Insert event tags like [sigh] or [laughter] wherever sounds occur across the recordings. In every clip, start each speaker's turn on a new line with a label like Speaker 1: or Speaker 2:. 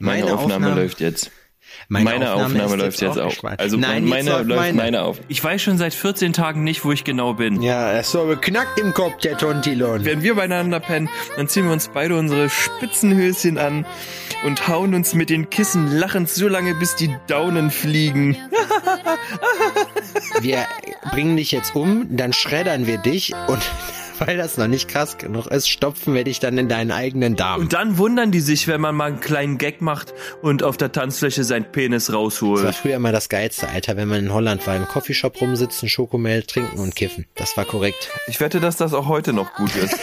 Speaker 1: Meine, meine Aufnahme, Aufnahme, läuft jetzt.
Speaker 2: Meine, meine Aufnahme, Aufnahme läuft jetzt, jetzt auch.
Speaker 1: auch. Also Nein, meine läuft meine. meine auf. Ich weiß schon seit 14 Tagen nicht, wo ich genau bin.
Speaker 2: Ja, er ist so beknackt im Kopf, der Tontilon.
Speaker 1: Wenn wir beieinander pennen, dann ziehen wir uns beide unsere Spitzenhöschen an und hauen uns mit den Kissen lachend so lange, bis die Daunen fliegen.
Speaker 2: wir bringen dich jetzt um, dann schreddern wir dich und [laughs] weil das noch nicht krass genug ist, stopfen wir dich dann in deinen eigenen Darm.
Speaker 1: Und dann wundern die sich, wenn man mal einen kleinen Gag macht und auf der Tanzfläche seinen Penis rausholt.
Speaker 2: Das war früher mal das geilste, Alter, wenn man in Holland war, im Coffeeshop rumsitzen, Schokomel trinken und kiffen. Das war korrekt. [laughs]
Speaker 1: Ich wette, dass das auch heute noch gut ist.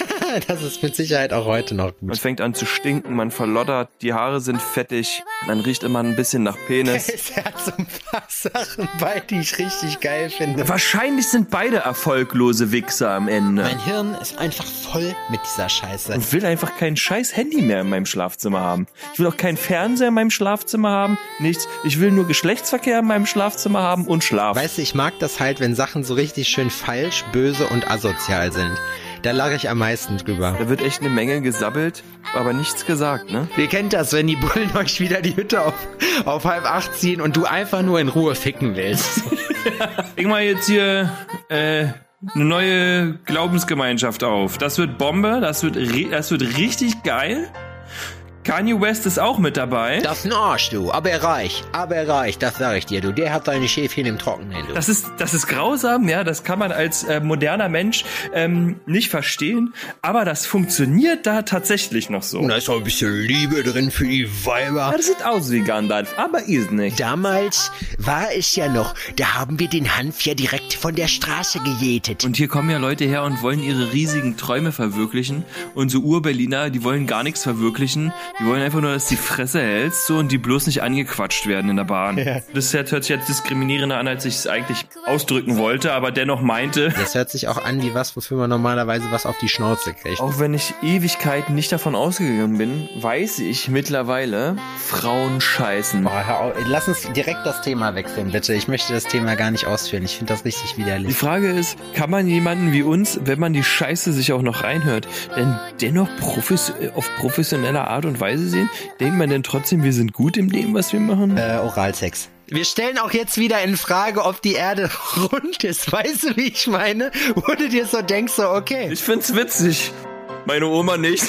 Speaker 2: das ist mit Sicherheit auch heute noch gut.
Speaker 1: Man fängt an zu stinken, man verloddert, die Haare sind fettig, man riecht immer ein bisschen nach
Speaker 2: [laughs]
Speaker 1: Penis.
Speaker 2: er hat so ein paar Sachen bei, die ich richtig geil finde.
Speaker 1: Wahrscheinlich sind beide erfolglose Wichser am Ende.
Speaker 2: Mein Hirn ist einfach voll mit dieser Scheiße.
Speaker 1: Und will einfach kein scheiß Handy mehr in meinem Schlafzimmer haben. Ich will auch keinen Fernseher in meinem Schlafzimmer haben, nichts. Ich will nur Geschlechtsverkehr in meinem Schlafzimmer haben und Schlaf.
Speaker 2: Weißt du, ich mag das halt, wenn Sachen so richtig schön falsch, böse und asozial sind. Da lache ich am meisten drüber.
Speaker 1: Da wird echt eine Menge gesabbelt, aber nichts gesagt, ne?
Speaker 2: Ihr kennt das, wenn die Bullen [laughs] euch wieder die Hütte auf, auf halb acht ziehen und du einfach nur in Ruhe ficken willst.
Speaker 1: Bring mal jetzt hier äh, eine neue Glaubensgemeinschaft auf. Das wird Bombe, das wird, das wird richtig geil. Kanye West ist auch mit dabei.
Speaker 2: [laughs] Das ist ein Arsch, du. Aber er reich. Aber er reich, das sage ich dir, du. Der hat seine Schäfchen im Trockenen, du.
Speaker 1: Das ist, das ist grausam, ja. Das kann man als äh, moderner Mensch ähm, nicht verstehen. Aber das funktioniert da tatsächlich noch so.
Speaker 2: Und da ist auch ein bisschen Liebe drin für die Weiber.
Speaker 1: Ja, das sieht aus wie Gandalf, aber ist nicht.
Speaker 2: Damals war es ja noch, da haben wir den Hanf ja direkt von der Straße gejätet.
Speaker 1: Und hier kommen ja Leute her und wollen ihre riesigen Träume verwirklichen. Und so Ur-Berliner, die wollen gar nichts verwirklichen. Die wollen einfach nur, dass die Fresse hältst so, und die bloß nicht angequatscht werden in der Bahn. Ja. Das hört sich jetzt diskriminierender an, als ich es eigentlich ausdrücken wollte, aber dennoch meinte.
Speaker 2: Das hört sich auch an wie was, wofür man normalerweise was auf die Schnauze kriegt.
Speaker 1: Auch wenn ich Ewigkeiten nicht davon ausgegangen bin, weiß ich mittlerweile, Frauen scheißen.
Speaker 2: Oh, Lass uns direkt das Thema wechseln, bitte. Ich möchte das Thema gar nicht ausführen. Ich finde das richtig widerlich.
Speaker 1: Die Frage ist, kann man jemanden wie uns, wenn man die Scheiße sich auch noch reinhört, denn dennoch profis auf professioneller Art und Weise Weise sehen, denkt man denn trotzdem, wir sind gut in dem, was wir machen?
Speaker 2: Äh, Oralsex. Wir stellen auch jetzt wieder in Frage, ob die Erde [laughs] rund ist. Weißt du, wie ich meine? Wo du dir so denkst, so, okay.
Speaker 1: Ich find's witzig. Meine Oma nicht.